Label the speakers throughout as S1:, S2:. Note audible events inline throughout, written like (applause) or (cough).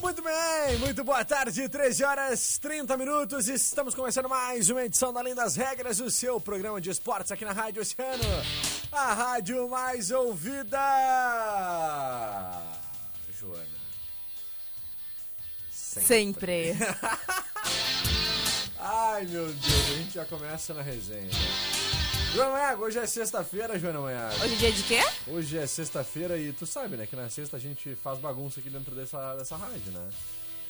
S1: Muito bem, muito boa tarde, 13 horas 30 minutos. Estamos começando mais uma edição da Além das Regras, o seu programa de esportes aqui na Rádio Oceano, a rádio mais ouvida. Joana.
S2: Sempre.
S1: Ai meu Deus, a gente já começa na resenha. Joana Maiago, hoje é sexta-feira, Joana Maiago.
S2: Hoje é dia de quê?
S1: Hoje é sexta-feira e tu sabe, né, que na sexta a gente faz bagunça aqui dentro dessa, dessa rádio, né?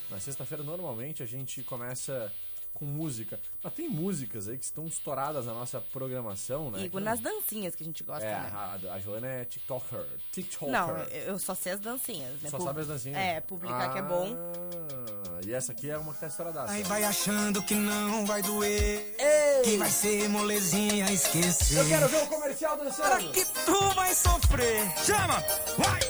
S1: Na sexta-feira normalmente a gente começa com música. Mas tem músicas aí que estão estouradas na nossa programação, né?
S2: Igor,
S1: Que
S2: nas dancinhas que a gente
S1: não-
S2: gosta,
S1: É,
S2: né?
S1: a, a Joana é TikToker. TikToker.
S2: Não, eu só sei as dancinhas, né?
S1: Só
S2: Pub-
S1: sabe as dancinhas.
S2: É, publicar que é bom.
S1: Ah, E essa aqui é uma que tá estouradaça.
S3: Aí vai achando que não vai doer. Que
S1: Ei!
S3: vai ser molezinha esquecer.
S1: Eu quero ver o comercial
S3: Pra
S1: dançando!
S3: que tu vai sofrer? Chama! Vai!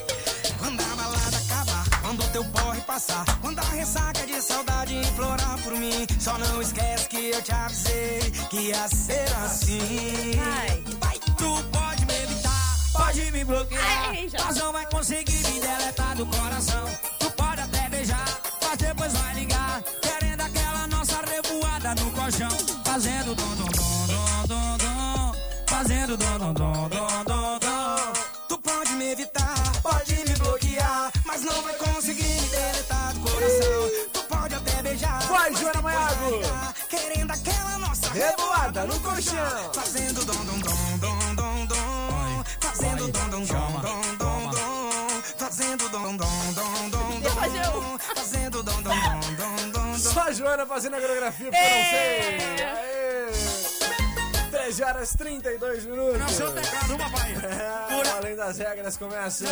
S3: Quando a balada acabar, quando o teu porre passar, quando a ressaca de saudade implorar por mim, só não esquece que eu te avisei que ia ser assim.
S2: Ai.
S3: Vai, tu pode me evitar, pode me bloquear,
S2: Ai, já.
S3: mas não vai conseguir me deletar do coração. Tu pode até beijar, mas depois vai ligar, querendo aquela nossa revoada no colchão, fazendo dom dom dom dom dom dom, fazendo dom dom dom dom dom dom. Tu pode me evitar, pode me bloquear, mas não vai conseguir me deletar do coração. Tu pode até beijar,
S1: Vai,
S3: mas
S1: Joana
S3: depois
S1: Maiago. É.
S3: ligar, querendo aquela nossa
S1: Revoada no colchão.
S3: Fazendo dom dom dom dom dom dom Fazendo dom dom dom dom dom dom Fazendo dom dom dom dom dom Fazendo dom dom dom dom dom dom
S1: Só a Joana fazendo a coreografia, porque
S2: É.
S1: eu não sei. Aê! 13 horas 32 minutos.
S3: Seu teclado, papai
S1: É, o Além das regras começa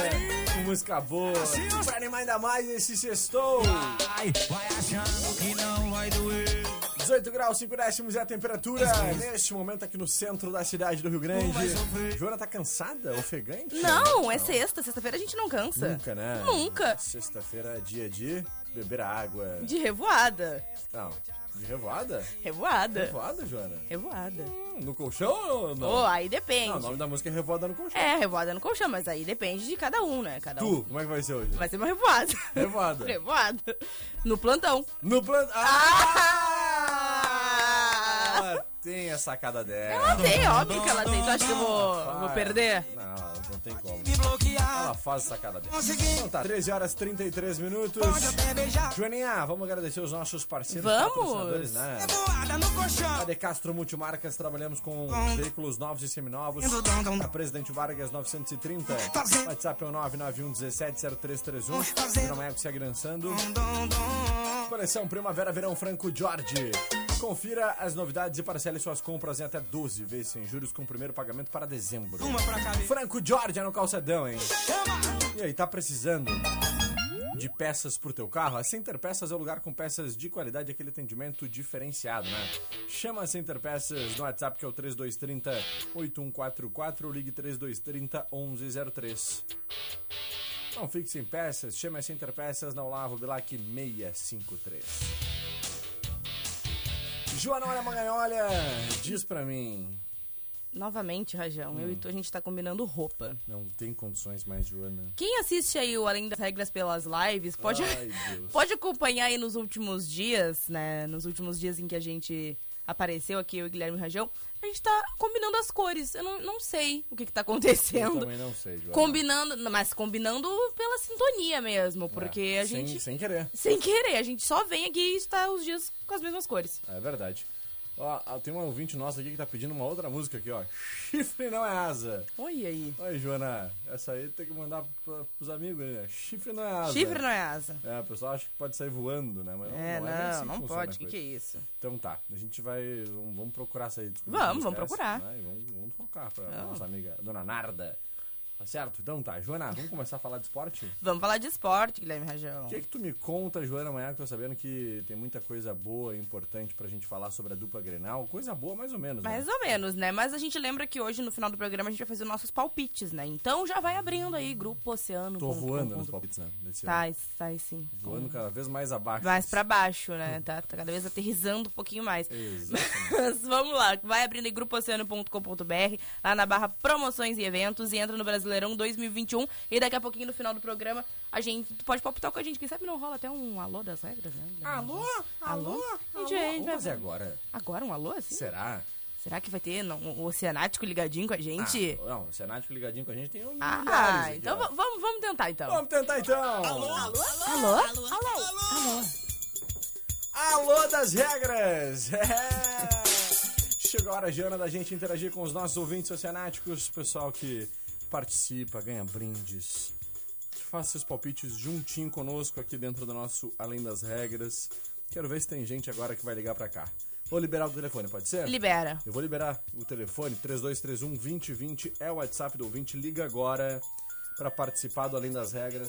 S1: com música boa. Pra animar ainda mais esse sextou.
S3: Vai, vai achando que não vai doer
S1: 18 graus, 5 décimos é a temperatura. Neste momento aqui no centro da cidade do Rio Grande. Joana tá cansada? Ofegante?
S2: Não, é sexta. Sexta-feira a gente não cansa.
S1: Nunca, né?
S2: Nunca.
S1: Sexta-feira é dia de beber água.
S2: De revoada.
S1: Não, de revoada?
S2: Revoada.
S1: Revoada, Joana?
S2: Revoada.
S1: Hum, No colchão ou não?
S2: Ô, aí depende.
S1: Não, o nome da música é Revoada no Colchão.
S2: É, revoada no colchão, mas aí depende de cada um, né? Cada um.
S1: Tu, como é que vai ser hoje?
S2: Vai ser uma revoada.
S1: Revoada.
S2: (laughs) revoada. No plantão.
S1: No plano. Ah! Ela tem a sacada dela.
S2: Ela tem, óbvio que ela tem. Tu acha que eu vou, vou
S1: Ah,
S2: perder?
S1: Não, não tem como.
S3: Me bloquear
S1: Ela faz a sacada dela.
S3: Consegui
S1: Então tá, 13 horas 33 minutos.
S3: Pode até beijar
S1: Joaninha, vamos agradecer os nossos parceiros
S2: Vamos!
S1: patrocinadores, né?
S3: Revoada É no
S1: A
S3: colchão
S1: De Castro Multimarcas, trabalhamos com veículos novos e seminovos.
S3: Fazendo dom dom
S1: A
S3: dom
S1: Presidente Vargas 930.
S3: Fazendo.
S1: WhatsApp é o 991 17 0331.
S3: Fazendo.
S1: Dona segue dançando.
S3: dom dom
S1: é Coleção Primavera Verão Franco Jorge. Confira as novidades e parcele suas compras em até 12 vezes sem juros com o primeiro pagamento para dezembro.
S3: Uma pra cabeça
S1: Franco Jorge é no calçadão, hein?
S3: Chama
S1: E aí, tá precisando de peças pro teu carro? A Center Peças é o lugar com peças de qualidade, aquele atendimento diferenciado, né? Chama a Center Peças no WhatsApp que é o 3230 8144 ou um ligue 3230 1103. Não fique sem peças, chama a Center Peças na Olavo Bilac 653. Joana Olha Maganholha, diz pra mim.
S2: Novamente, Rajão, eu e
S1: Hum.
S2: tu, a gente tá combinando roupa.
S1: Não tem condições mais, Joana.
S2: Quem assiste aí o Além das Regras pelas lives, pode, (laughs)
S1: Ai, Deus.
S2: pode acompanhar aí nos últimos dias, né? Nos últimos dias em que a gente apareceu aqui, eu e Guilherme Rajão, a gente tá combinando as cores. Eu não, não sei o que, que tá acontecendo.
S1: Eu também não sei, Joana.
S2: Combinando, não, mas combinando pela sintonia mesmo, porque
S1: É,
S2: a
S1: sem-
S2: gente.
S1: Sem querer.
S2: Sem querer, a gente só vem aqui e está os dias com as mesmas cores.
S1: É verdade. Ó, ah, tem um ouvinte nosso aqui que tá pedindo uma outra música aqui, ó. Chifre não é asa.
S2: Olha aí.
S1: Oi, Joana. Essa aí tem que mandar pra, pros amigos aí, né? Chifre não é asa.
S2: Chifre não é asa.
S1: É, o pessoal acha que pode sair voando, né? Mas
S2: É, não,
S1: bem assim que
S2: não,
S1: funciona a
S2: pode. O que,
S1: coisa.
S2: que é isso?
S1: Então tá, a gente vai. Vamos vamos procurar essa aí. descobrir
S2: Vamos,
S1: que música
S2: vamos
S1: é essa,
S2: procurar.
S1: né? E Vamos, vamos tocar pra nossa amiga Dona Narda. Tá certo? Então tá, Joana, vamos começar a falar de esporte?
S2: Vamos falar de esporte, Guilherme Rajão.
S1: O que é que tu me conta, Joana, amanhã, que eu tô sabendo que tem muita coisa boa e importante pra gente falar sobre a dupla Grenal. Coisa boa, mais ou menos,
S2: Mais
S1: né?
S2: ou menos, né? Mas a gente lembra que hoje, no final do programa, a gente vai fazer os nossos palpites, né? Então já vai abrindo aí, grupo oceano.
S1: Tô
S2: ponto,
S1: voando
S2: ponto,
S1: nos
S2: ponto.
S1: palpites, né? Desse ano.
S2: um Tá, sai sim.
S1: Voando cada vez mais abaixo.
S2: Mais pra baixo, né? Tá, tá cada vez aterrizando um pouquinho mais.
S1: Exato.
S2: (laughs) Mas vamos lá, vai abrindo em grupooceano.com.br, lá na barra promoções e eventos, e entra no Brasileirão 2021. E daqui a pouquinho, no final do programa, a gente tu pode palpitar com a gente. Quem sabe não rola até um alô das regras, né? Guilherme?
S1: Alô?
S2: Alô?
S1: Alô?
S2: Alô?
S1: Vamos fazer agora?
S2: Agora um alô, assim?
S1: Será?
S2: Será que vai ter não, o oceanático ligadinho com a gente?
S1: Ah, não, o Senático ligadinho com a gente tem um
S2: Ah,
S1: milhares aqui,
S2: então
S1: ó.
S2: va- vamos, vamos tentar então.
S1: Vamos tentar então!
S2: Alô?
S1: Alô das regras! (laughs) É. Chegou a hora, Jana, da gente interagir com os nossos ouvintes oceanáticos, pessoal que participa, ganha brindes. Faça seus palpites juntinho conosco aqui dentro do nosso Além das Regras. Quero ver se tem gente agora que vai ligar pra cá. Vou liberar o telefone, pode ser?
S2: Libera.
S1: Eu vou liberar o telefone 3231 2020 é o WhatsApp do ouvinte. Liga agora pra participar do Além das Regras.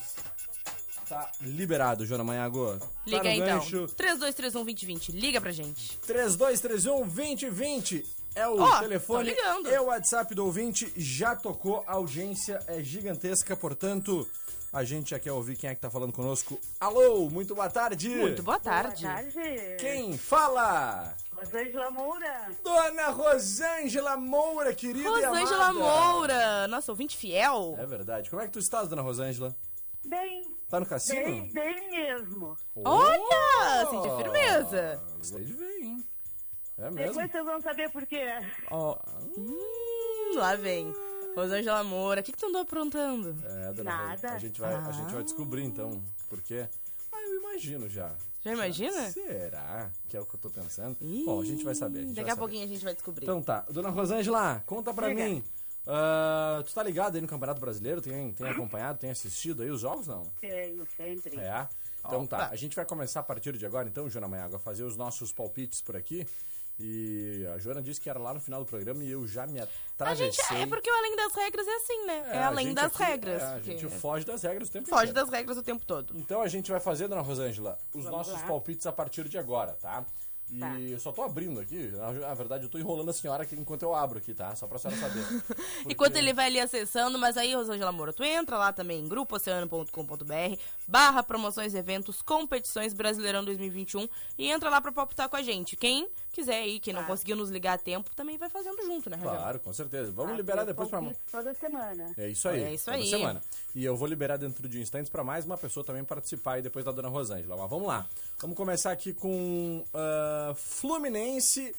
S1: Tá liberado, Jona Maiago.
S2: Liga
S1: tá no
S2: aí então.
S1: gancho.
S2: 32312020. Liga pra gente.
S1: 3231 2020 um, é o
S2: Ó,
S1: telefone
S2: tão ligando.
S1: e o WhatsApp do ouvinte já tocou. A audiência é gigantesca, portanto, a gente já quer ouvir quem é que tá falando conosco. Alô, muito boa tarde.
S2: Muito boa tarde.
S4: Boa tarde.
S1: Quem fala?
S4: Rosângela Moura.
S1: Dona Rosângela Moura, querida e
S2: Rosângela
S1: amada.
S2: Moura, nossa ouvinte fiel.
S1: É verdade. Como é que tu estás, dona Rosângela?
S4: Bem,
S1: Tá no
S4: bem,
S1: cassino?
S4: bem mesmo.
S2: Olha, senti firmeza.
S1: Gostei de ver, hein? É mesmo?
S4: Depois vocês vão saber por quê.
S2: Ó. Hum, lá vem. Rosângela Moura, o que, que tu andou aprontando?
S1: É, dona Ros-
S4: Nada.
S1: A gente, vai, a gente vai descobrir,
S2: Ah.
S1: então, por quê. Ah, eu imagino já.
S2: Já imagina?
S1: Será que é o que eu tô pensando? Bom, a gente vai saber. gente
S2: Daqui
S1: vai
S2: a
S1: saber.
S2: pouquinho a gente vai descobrir.
S1: Então tá. Dona Rosângela, conta pra
S4: Diga.
S1: mim. ah, tu tá ligado aí no Campeonato Brasileiro? Tem,
S2: Ah.
S1: tem acompanhado, tem assistido aí os jogos, não?
S4: Tenho sempre.
S1: É. Então tá,
S2: Opa.
S1: a gente vai começar a partir de agora, então, Joana Maiago, a fazer os nossos palpites por aqui. E a Joana disse que era lá no final do programa e eu já me
S2: a gente,
S1: atravessei.
S2: é porque o além das regras é assim, né? É,
S1: a
S2: além
S1: gente
S2: das
S1: aqui-
S2: regras.
S1: é, a
S2: porque
S1: gente foge das regras o tempo
S2: foge
S1: inteiro.
S2: das regras o tempo todo.
S1: Então a gente vai fazer, dona Rosângela, os nossos
S4: lá.
S1: palpites a partir de agora, tá? E eu só tô abrindo aqui, na, na verdade eu tô enrolando a senhora aqui enquanto eu abro aqui, tá? Só pra senhora
S2: (laughs)
S1: saber. Porque-
S2: Enquanto ele vai ali acessando, mas aí, Rosângela Moura, tu entra lá também em grupooceano.com.br, barra promoções, eventos, competições Brasileirão 2021 e entra lá pra palpitar com a gente. Quem quiser aí, quem não conseguiu nos ligar a tempo, também vai fazendo junto, né, Rajão?
S1: Claro, com certeza. Vamos liberar depois pra.
S4: Palpite Toda semana.
S1: É isso aí.
S2: É isso
S1: toda
S2: aí.
S1: semana. E eu vou liberar dentro de instantes para mais uma pessoa também participar aí depois da Dona Rosângela. Mas vamos lá. Vamos começar aqui com ah, Fluminense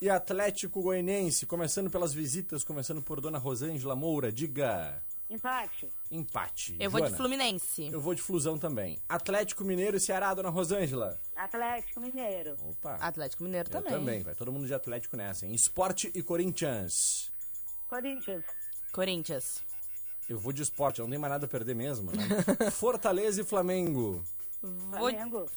S1: e Atlético Goianiense. Começando pelas visitas, começando por Dona Rosângela Moura. Diga.
S4: Empate.
S1: Empate.
S2: Eu vou de
S1: Joana?
S2: Fluminense.
S1: Eu vou de Flusão também. Atlético Mineiro e Ceará, Dona Rosângela.
S4: Atlético Mineiro.
S1: Opa.
S2: Atlético Mineiro
S1: Eu
S2: Ah, também.
S1: também, vai todo mundo de Atlético nessa, hein? Esporte e Corinthians.
S4: Corinthians.
S2: Corinthians.
S1: Eu vou de esporte, eu não tenho mais nada a perder mesmo,
S2: (laughs)
S1: né? Fortaleza e Flamengo.
S2: Vou de
S4: Flamengo.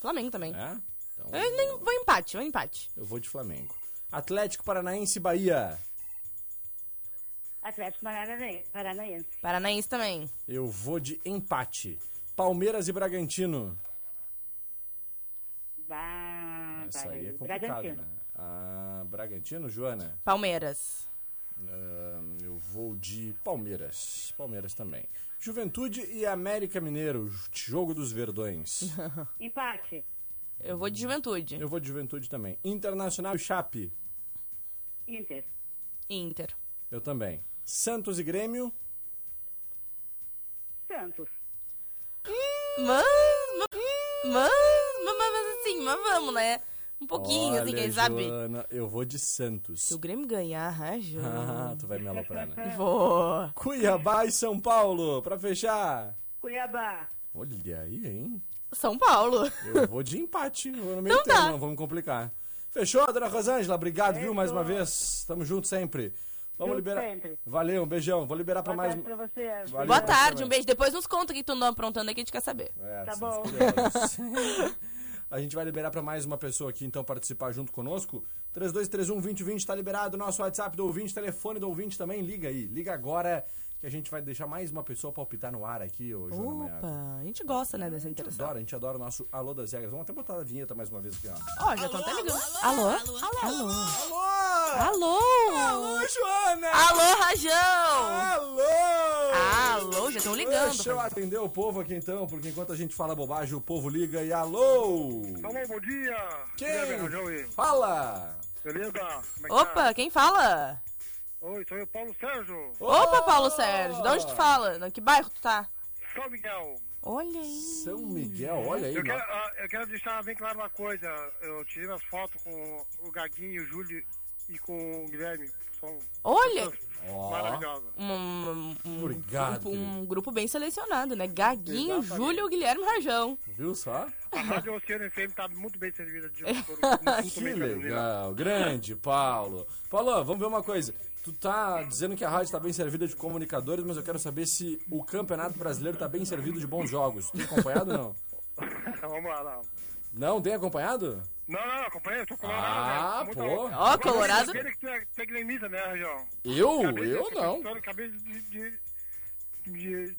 S2: Flamengo também.
S1: É? Então,
S2: Eu nem... Vou empate, vou empate.
S1: eu vou de Flamengo. Atlético Paranaense e Bahia.
S4: Atlético Paranaense. Paranaense.
S2: Paranaense também.
S1: Eu vou de empate. Palmeiras e Bragantino.
S4: Bah,
S2: Ah, tá,
S1: Essa aí é
S4: Bahia.
S1: complicado,
S4: Bragantino.
S1: né? Ah, Bragantino, Joana?
S2: Palmeiras.
S1: Ah, eu vou de Palmeiras. Palmeiras também. Juventude e América Mineiro. Jogo dos Verdões.
S4: Empate.
S2: Eu vou de Juventude.
S1: Hum. Eu vou de Juventude também. Internacional e Chape.
S4: Inter.
S2: Inter.
S1: Eu também. Santos e Grêmio.
S4: Santos.
S2: Mas, mas, mas, mas, mas assim, mas vamos, né? Um pouquinho, assim,
S1: Olha,
S2: quem sabe?
S1: Joana, eu vou de
S2: Se
S1: Santos.
S2: o Grêmio ganhar, arranja.
S1: Ah, tu vai me aloprar, né?
S2: Vou.
S1: Cuiabá e São Paulo, pra fechar.
S4: Cuiabá.
S1: Olha aí, hein?
S2: São Paulo.
S1: Eu vou de empate, vou no meio
S2: Então
S1: termo,
S2: tá.
S1: não vamos complicar. Fechou, dona Rosângela? Obrigado, viu, mais uma vez. Tamo junto sempre. Vamos
S4: Junto
S1: liberar.
S4: sempre.
S1: Valeu, um beijão. Vou liberar pra
S4: Boa
S1: mais.
S4: tarde pra você.
S1: Valeu.
S2: Boa
S1: Boa
S2: tarde,
S1: semana.
S2: um beijo. Depois nos conta o que tu andou aprontando aqui, a gente quer saber.
S1: É,
S4: Tá
S1: essas
S4: bom.
S1: curiosas. A gente vai liberar para mais uma pessoa aqui, então, participar junto conosco. 3231 2020 tá liberado. Nosso WhatsApp do ouvinte, telefone do ouvinte também. Liga aí, liga agora que a gente vai deixar mais uma pessoa palpitar no ar aqui, ô Joana Maiago.
S2: Opa, a gente gosta, né, dessa interação.
S1: Adora, a gente adora o nosso Alô das Regras. Vamos até botar a vinheta mais uma vez aqui, ó.
S2: Ó, já estão até ligando. Alô? Alô?
S1: Alô!
S2: Alô?
S1: Alô, Joana!
S2: Alô, Rajão!
S1: Alô!
S2: Alô, já estão
S1: Deixa eu
S2: Ah, ligando.
S1: atender o povo aqui então, porque enquanto a gente fala bobagem, o povo liga e alô!
S5: Alô, bom dia! Guilherme Rajão aí.
S1: Quem? Fala!
S5: Beleza? Como é que tá?
S2: Opa, quem fala?
S5: Oi, sou eu, Paulo Sérgio.
S2: Opa, Paulo Sérgio, de onde tu fala? Não, que bairro tu tá?
S5: São Miguel.
S2: Olha aí.
S1: São Miguel, olha aí.
S5: Eu quero,
S1: mano.
S5: ah, eu quero deixar bem claro uma coisa. Eu tirei as fotos com o Gaguinho, o Júlio e com o Guilherme. São
S2: Olha.
S5: pessoas
S1: Ó.
S5: maravilhosas.
S2: Um, um- um-
S1: Obrigado,
S2: um- um grupo bem selecionado, né? Gaguinho, Júlio, Guilherme Rajão.
S1: Viu só?
S5: A Rádio Oceano FM tá muito bem servida
S1: (laughs)
S5: de locutor, muito
S1: Que
S5: bem produzida.
S1: legal, grande, Paulo. Paulo, vamos ver uma coisa. Tu tá dizendo que a rádio tá bem servida de comunicadores, mas eu quero saber se o Campeonato Brasileiro tá bem servido de bons jogos. Tem acompanhado ou
S5: (laughs)
S1: não?
S5: (laughs) Vamos lá, lá.
S1: Não, tem acompanhado?
S5: Não, não, acompanha, eu sou colorado.
S1: Ah,
S5: né? Muito-
S1: pô.
S2: Ó, Colorado.
S5: Aquele que tu é tu é gremista, né, Rajão?
S1: Eu?
S5: Acabei de-
S1: Eu não.
S5: Acabei de, de, de, de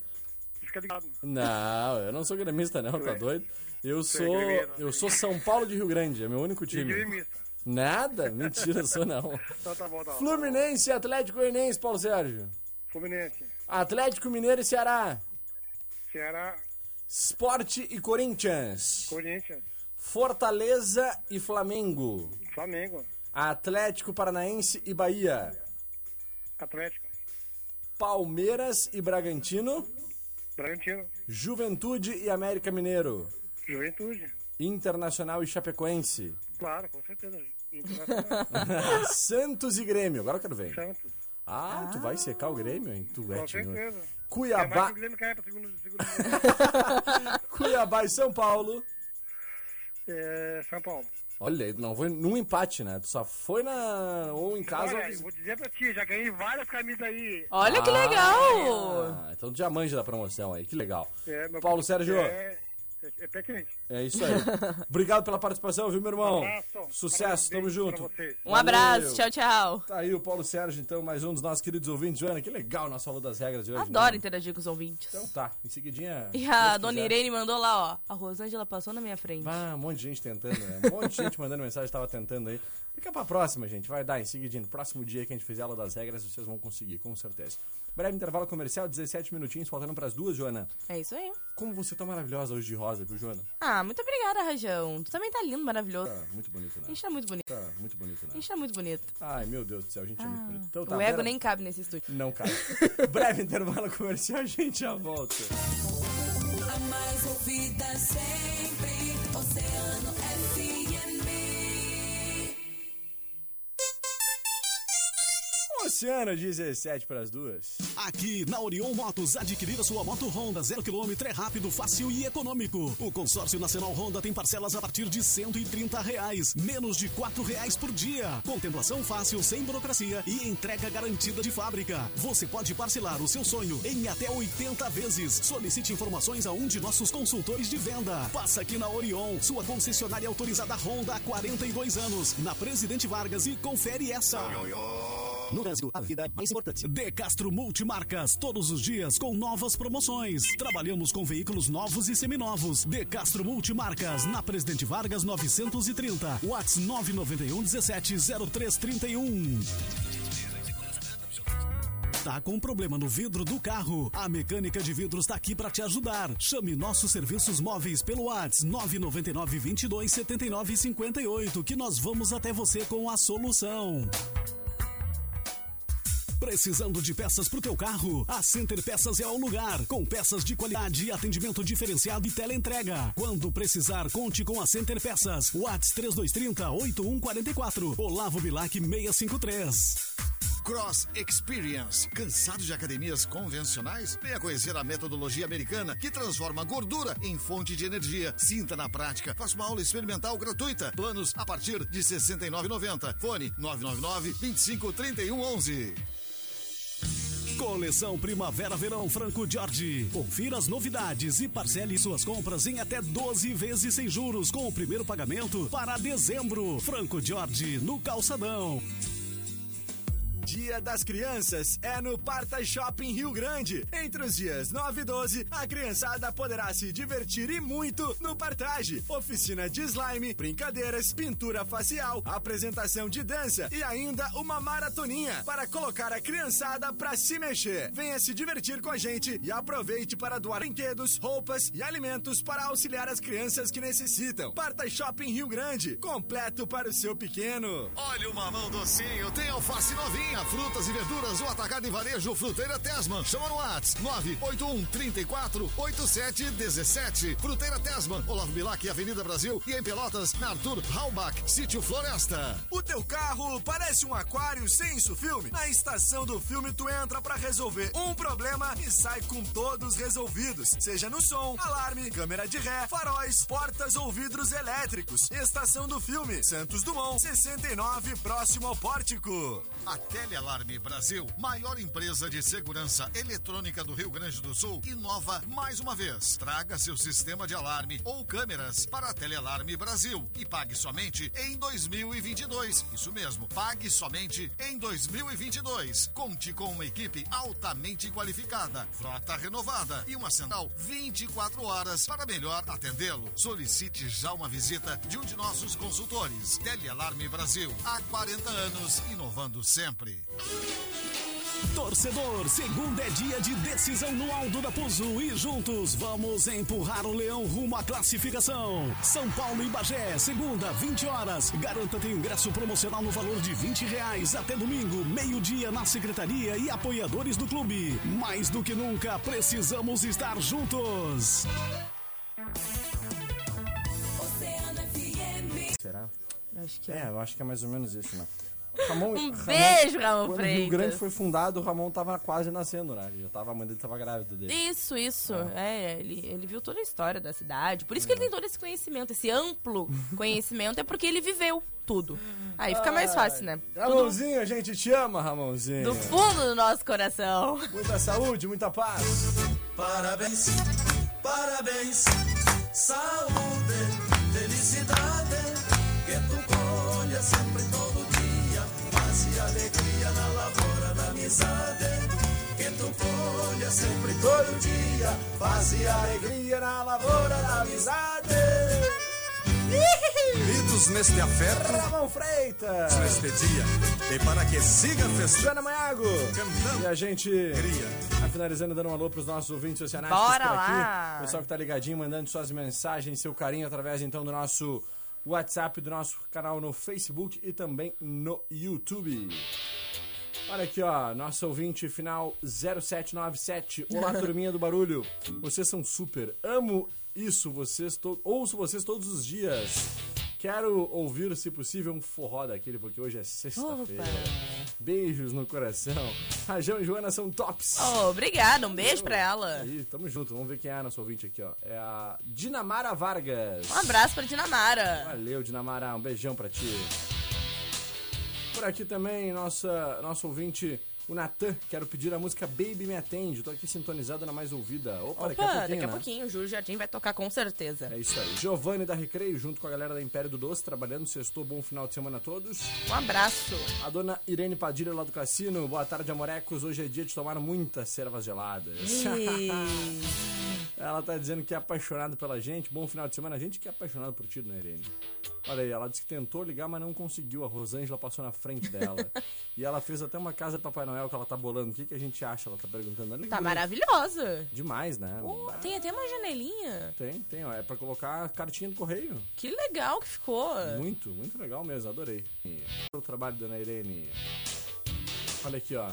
S5: ficar ligado.
S1: Não, eu não sou gremista não, tá
S5: é.
S1: doido? Eu
S5: é
S1: sou,
S5: gremista.
S1: eu sou São Paulo de Rio Grande, é meu único
S5: De
S1: time.
S5: gremista.
S1: Nada? Mentira, eu sou
S5: (laughs)
S1: não.
S5: Então tá bom, tá bom.
S1: Fluminense, Atlético Goianiense, Paulo Sérgio.
S5: Fluminense,
S1: Atlético Mineiro e Ceará.
S5: Ceará,
S1: Sport e Corinthians.
S5: Corinthians,
S1: Fortaleza e Flamengo.
S5: Flamengo,
S1: Atlético Paranaense e Bahia.
S5: Atlético,
S1: Palmeiras e Bragantino.
S5: Bragantino,
S1: Juventude e América Mineiro.
S5: Juventude.
S1: Internacional e Chapecoense. (laughs)
S5: Claro, com certeza. Internacional,
S1: Santos e Grêmio. Agora eu quero ver.
S5: Santos,
S1: Ah, tu vai secar o Grêmio, hein? Tu é
S5: com
S1: tinhoso.
S5: certeza. É mais que
S1: Cuiabá,
S5: o Grêmio cai pra segundo, segundo
S1: (laughs) Cuiabá e São Paulo.
S5: é, São Paulo.
S1: Olha, aí, tu não foi num empate, né? Tu só foi na ou em casa.
S5: Olha,
S1: ou-
S5: eu vou dizer pra ti, já ganhei várias camisas aí.
S2: Olha que
S1: Ah,
S2: legal!
S1: Então tu já manja da promoção aí, que legal.
S5: É, meu-
S1: Paulo Sérgio, é...
S5: É, é, é pé quente.
S1: isso
S2: (laughs)
S1: aí. Obrigado pela participação, viu, meu irmão?
S5: Abraço.
S1: Sucesso, tamo
S5: Parabéns
S1: junto.
S5: pra vocês.
S2: Um abraço,
S1: Valeu.
S2: tchau, tchau.
S1: Tá aí o Paulo Sérgio, então, mais um dos nossos queridos ouvintes. Joana, que legal o nosso aula das regras de hoje.
S2: Adoro
S1: né?
S2: interagir com os ouvintes.
S1: Então tá, em seguidinha.
S2: E
S1: se
S2: a
S1: Deus
S2: dona
S1: quiser.
S2: Irene mandou lá, ó. A Rosângela passou na minha frente.
S1: Ah, um monte de gente tentando, né? Um monte de gente mandando mensagem, tava tentando aí. Fica pra próxima, gente. Vai dar em seguidinho. No próximo dia que a gente fizer a aula das regras, vocês vão conseguir, com certeza. Breve intervalo comercial, 17 minutinhos, faltando pras duas, Joana.
S2: É isso aí.
S1: Como você tá maravilhosa hoje de rosa, viu, Joana?
S2: Ah, muito obrigada, Rajão. Tu também tá lindo, maravilhoso.
S1: Tá muito bonito,
S2: A
S1: né?
S2: gente tá muito bonito.
S1: Tá muito bonito,
S2: A
S1: né?
S2: gente tá muito bonito.
S1: Ai, meu Deus do céu, a gente é muito bonito. Então, tá,
S2: Ah, O ego
S1: Vera-
S2: nem cabe nesse estúdio.
S1: Não, cara. (laughs) Breve intervalo comercial, a gente já volta.
S6: A mais ouvida sempre, Oceano FM.
S1: Oceano, 17 pras duas.
S7: Aqui na Orion Motos, adquirir a sua moto Honda 0 km é rápido, fácil e econômico. O consórcio nacional Honda tem parcelas a partir de R$ 130 reais, menos de R$ 4 reais por dia. Contemplação fácil, sem burocracia e entrega garantida de fábrica. Você pode parcelar o seu sonho em até 80 vezes. Solicite informações a um de nossos consultores de venda. Passa aqui na Orion, sua concessionária autorizada Honda há 42 anos, na Presidente Vargas e confere essa. No Brasil, a vida é mais importante. De Castro Multimarcas, todos os dias com novas promoções. Trabalhamos com veículos novos e seminovos. De Castro Multimarcas, na Presidente Vargas 930. Whats 991 17 0331. Tá com problema no vidro do carro? A mecânica de vidros tá aqui para te ajudar. Chame nossos serviços móveis pelo Whats 999 22 79 58 que nós vamos até você com a solução.
S8: Precisando de peças pro teu carro? A Center Peças é o lugar. Com peças de qualidade, atendimento diferenciado e teleentrega. Quando precisar, conte com a Center Peças. Whats 3230 8144. Olavo Bilac 653.
S7: Cross Experience. Cansado de academias convencionais? Venha conhecer a metodologia americana que transforma gordura em fonte de energia. Sinta na prática. Faça uma aula experimental gratuita. Planos a partir de R$ 69,90. Fone 999 25 31 11.
S8: Coleção Primavera-Verão Franco Jorge. Confira as novidades e parcele suas compras em até 12 vezes sem juros com o primeiro pagamento para dezembro. Franco Jorge no calçadão.
S9: Dia das Crianças é no Parta Shopping Rio Grande. Entre os dias 9 e 12, a criançada poderá se divertir e muito no Partage. Oficina de slime, brincadeiras, pintura facial, apresentação de dança e ainda uma maratoninha para colocar a criançada pra se mexer. Venha se divertir com a gente e aproveite para doar brinquedos, roupas e alimentos para auxiliar as crianças que necessitam. Parta Shopping Rio Grande, completo para o seu pequeno.
S7: Olha o mamão docinho, tem alface novinha, frutas e verduras, o atacado e varejo Fruteira Tesman. Chama no Whats 981 34 8717. Fruteira Tesman, Olavo Bilac, Avenida Brasil e em Pelotas, na Arthur Raubach, Sítio Floresta.
S9: O teu carro parece um aquário sem isso filme? Na estação do filme tu entra pra resolver um problema e sai com todos resolvidos. Seja no som, alarme, câmera de ré, faróis, portas ou vidros elétricos. Estação do filme, Santos Dumont, 69, próximo ao pórtico.
S7: A Telealarme Brasil, maior empresa de segurança eletrônica do Rio Grande do Sul, inova mais uma vez. Traga seu sistema de alarme ou câmeras para a Telealarme Brasil e pague somente em 2022. Isso mesmo, pague somente em 2022. Conte com uma equipe altamente qualificada, frota renovada e uma central 24 horas para melhor atendê-lo. Solicite já uma visita de um de nossos consultores. Telealarme Brasil, há 40 anos, inovando sempre.
S8: Torcedor, segunda é dia de decisão no Aldo da Puso e juntos vamos empurrar o leão rumo à classificação. São Paulo e Bagé, segunda, 20 horas. Garanta teu ingresso promocional no valor de 20 reais até domingo, meio-dia na secretaria e apoiadores do clube. Mais do que nunca, precisamos estar juntos.
S10: Oceano FM.
S1: Será?
S2: Acho que
S1: É, eu acho que é mais ou menos isso, né? Ramon,
S2: (laughs) Um beijo, Ramon
S1: Quando o Rio
S2: Freitas.
S1: Grande foi fundado, o Ramon tava quase nascendo, né? Já tava, a mãe dele tava grávida dele.
S2: Isso, isso. É, ele, ele viu toda a história da cidade. Por isso
S1: É.
S2: que ele tem todo esse conhecimento,
S1: (laughs)
S2: esse amplo conhecimento, é porque ele viveu tudo. Aí fica mais fácil, né?
S1: Tá
S2: Tudo
S1: Ramonzinho, a gente te ama, Ramonzinho.
S2: do fundo do nosso coração. (laughs)
S1: Muita saúde, muita paz.
S11: Parabéns, parabéns, saúde, felicidade, que tu colhas sempre todo dia, paz e alegria na lavoura da amizade, que tu colhas sempre todo dia, paz e alegria na lavoura da amizade.
S9: Unidos neste afeto,
S1: Ramon Freitas.
S9: neste dia, e para que siga festando.
S1: Joana Maiago.
S9: Cantando.
S1: E a gente, tá finalizando, dando um alô pros nossos ouvintes oceanáticos
S2: Bora
S1: por aqui.
S2: lá.
S1: Pessoal que tá ligadinho, mandando suas mensagens, seu carinho, através, então, do nosso WhatsApp, do nosso canal no Facebook e também no YouTube. Olha aqui, ó, nosso ouvinte final 0797.
S2: (laughs)
S1: Olá, turminha do barulho. Vocês são super. Amo isso, vocês to... ouço vocês todos os dias. Quero ouvir, se possível, um forró daquele, porque hoje é sexta-feira. Beijos no coração. Rajão e Joana são tops.
S2: Oh, obrigada, um beijo pra ela.
S1: Aí, tamo junto. Vamos ver quem é a nossa ouvinte aqui, ó. É a Dinamara Vargas.
S2: Um abraço pra Dinamara.
S1: Valeu, Dinamará. Um beijão pra ti. Por aqui também, nossa, nosso ouvinte, o Natan. Quero pedir a música Baby Me Atende. Tô aqui sintonizado na mais ouvida. Opa, daqui a
S2: Opa,
S1: pouquinho.
S2: daqui a
S1: né?
S2: pouquinho o Júlio Jardim vai tocar com certeza.
S1: É isso aí. Giovanni da Recreio, junto com a galera da Império do Doce, trabalhando. Sextou, bom final de semana a todos.
S2: Um
S1: (laughs)
S2: abraço.
S1: A dona Irene Padilha, lá do Cassino. Boa tarde, amorecos. Hoje é dia de tomar muitas cervas geladas. Ela tá dizendo que é apaixonada pela gente. Bom final de semana. A gente que é apaixonado por ti, né, Irene? Olha aí, ela disse que tentou ligar, mas não conseguiu. A Rosângela passou na frente
S2: (laughs)
S1: dela. e ela fez até uma casa Papai Noel que ela tá bolando. O que, que a gente acha? Ela tá perguntando. Olha que
S2: Tá
S1: bonito.
S2: maravilhosa.
S1: Demais, né?
S2: Pô, tem até uma janelinha.
S1: Tem, tem. Ó, é pra colocar a cartinha do correio.
S2: Que legal que ficou.
S1: Muito, muito legal mesmo, adorei. O trabalho da Ana Irene. Olha aqui, ó.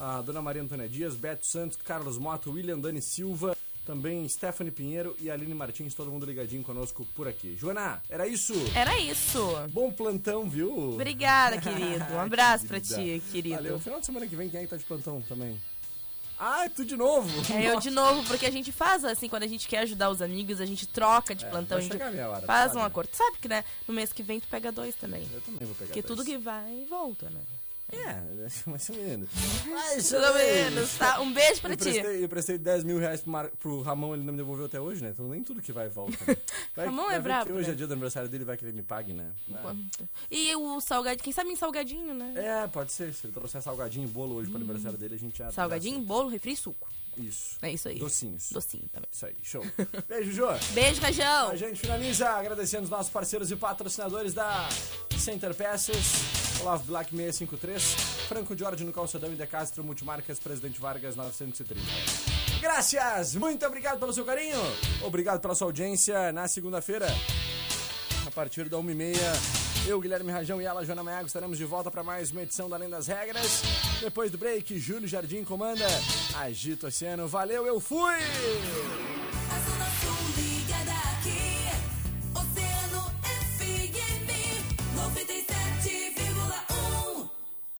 S1: a Dona Maria Antônia Dias, Beto Santos, Carlos Moto, William Dani Silva, também Stephanie Pinheiro e Aline Martins, todo mundo ligadinho conosco por aqui. Joana, era isso?
S2: Era isso.
S1: Bom plantão, viu?
S2: Obrigada, querido. Um abraço pra ti, querido.
S1: Valeu. Final de semana que vem, quem é que tá de plantão também? Ah, é tu de novo? (laughs)
S2: É, eu de novo, porque a gente faz assim, quando a gente quer ajudar os amigos, a gente troca de
S1: É,
S2: plantão.
S1: vai
S2: a gente
S1: chegar a minha hora,
S2: faz
S1: sabe?
S2: um acordo. Sabe que, né, no mês que vem tu pega dois também.
S1: Eu também vou pegar
S2: Porque tudo
S1: dois.
S2: que vai, volta, né?
S1: É, (laughs) mais ou menos.
S2: Mais ou menos, tá? Um beijo pra
S1: eu
S2: ti.
S1: Prestei, eu prestei 10 mil reais pro, Mar- pro Ramon, ele não me devolveu até hoje, né? Então nem tudo que vai volta.
S2: (laughs)
S1: Né? Vai-
S2: Ramon
S1: vai
S2: é
S1: ver
S2: brabo,
S1: que hoje
S2: né?
S1: é dia do aniversário dele, vai que ele me pague, né? Ah.
S2: E o salgadinho, quem sabe em salgadinho, né?
S1: É, pode ser. Se ele trouxer salgadinho e bolo hoje pro aniversário dele, a gente já.
S2: Hum. Salgadinho, bolo, refri e suco.
S1: Isso.
S2: É isso aí.
S1: É. Docinhos.
S2: Docinho também.
S1: Isso aí, show. Beijo, Jô.
S2: Beijo, Cajão.
S1: A gente finaliza agradecendo os nossos parceiros e patrocinadores da Center Peças, Olavo Black 653, Franco Jorge no Calçadão e De Castro Multimarcas, Presidente Vargas 930. Graças! Muito obrigado pelo seu carinho. Obrigado pela sua audiência na segunda-feira. A partir da 1h30, eu, Guilherme Rajão e ela, Joana Maiago, estaremos de volta para mais uma edição da Além das Regras. Depois do break, Júlio Jardim comanda Agito Oceano. Valeu, eu fui!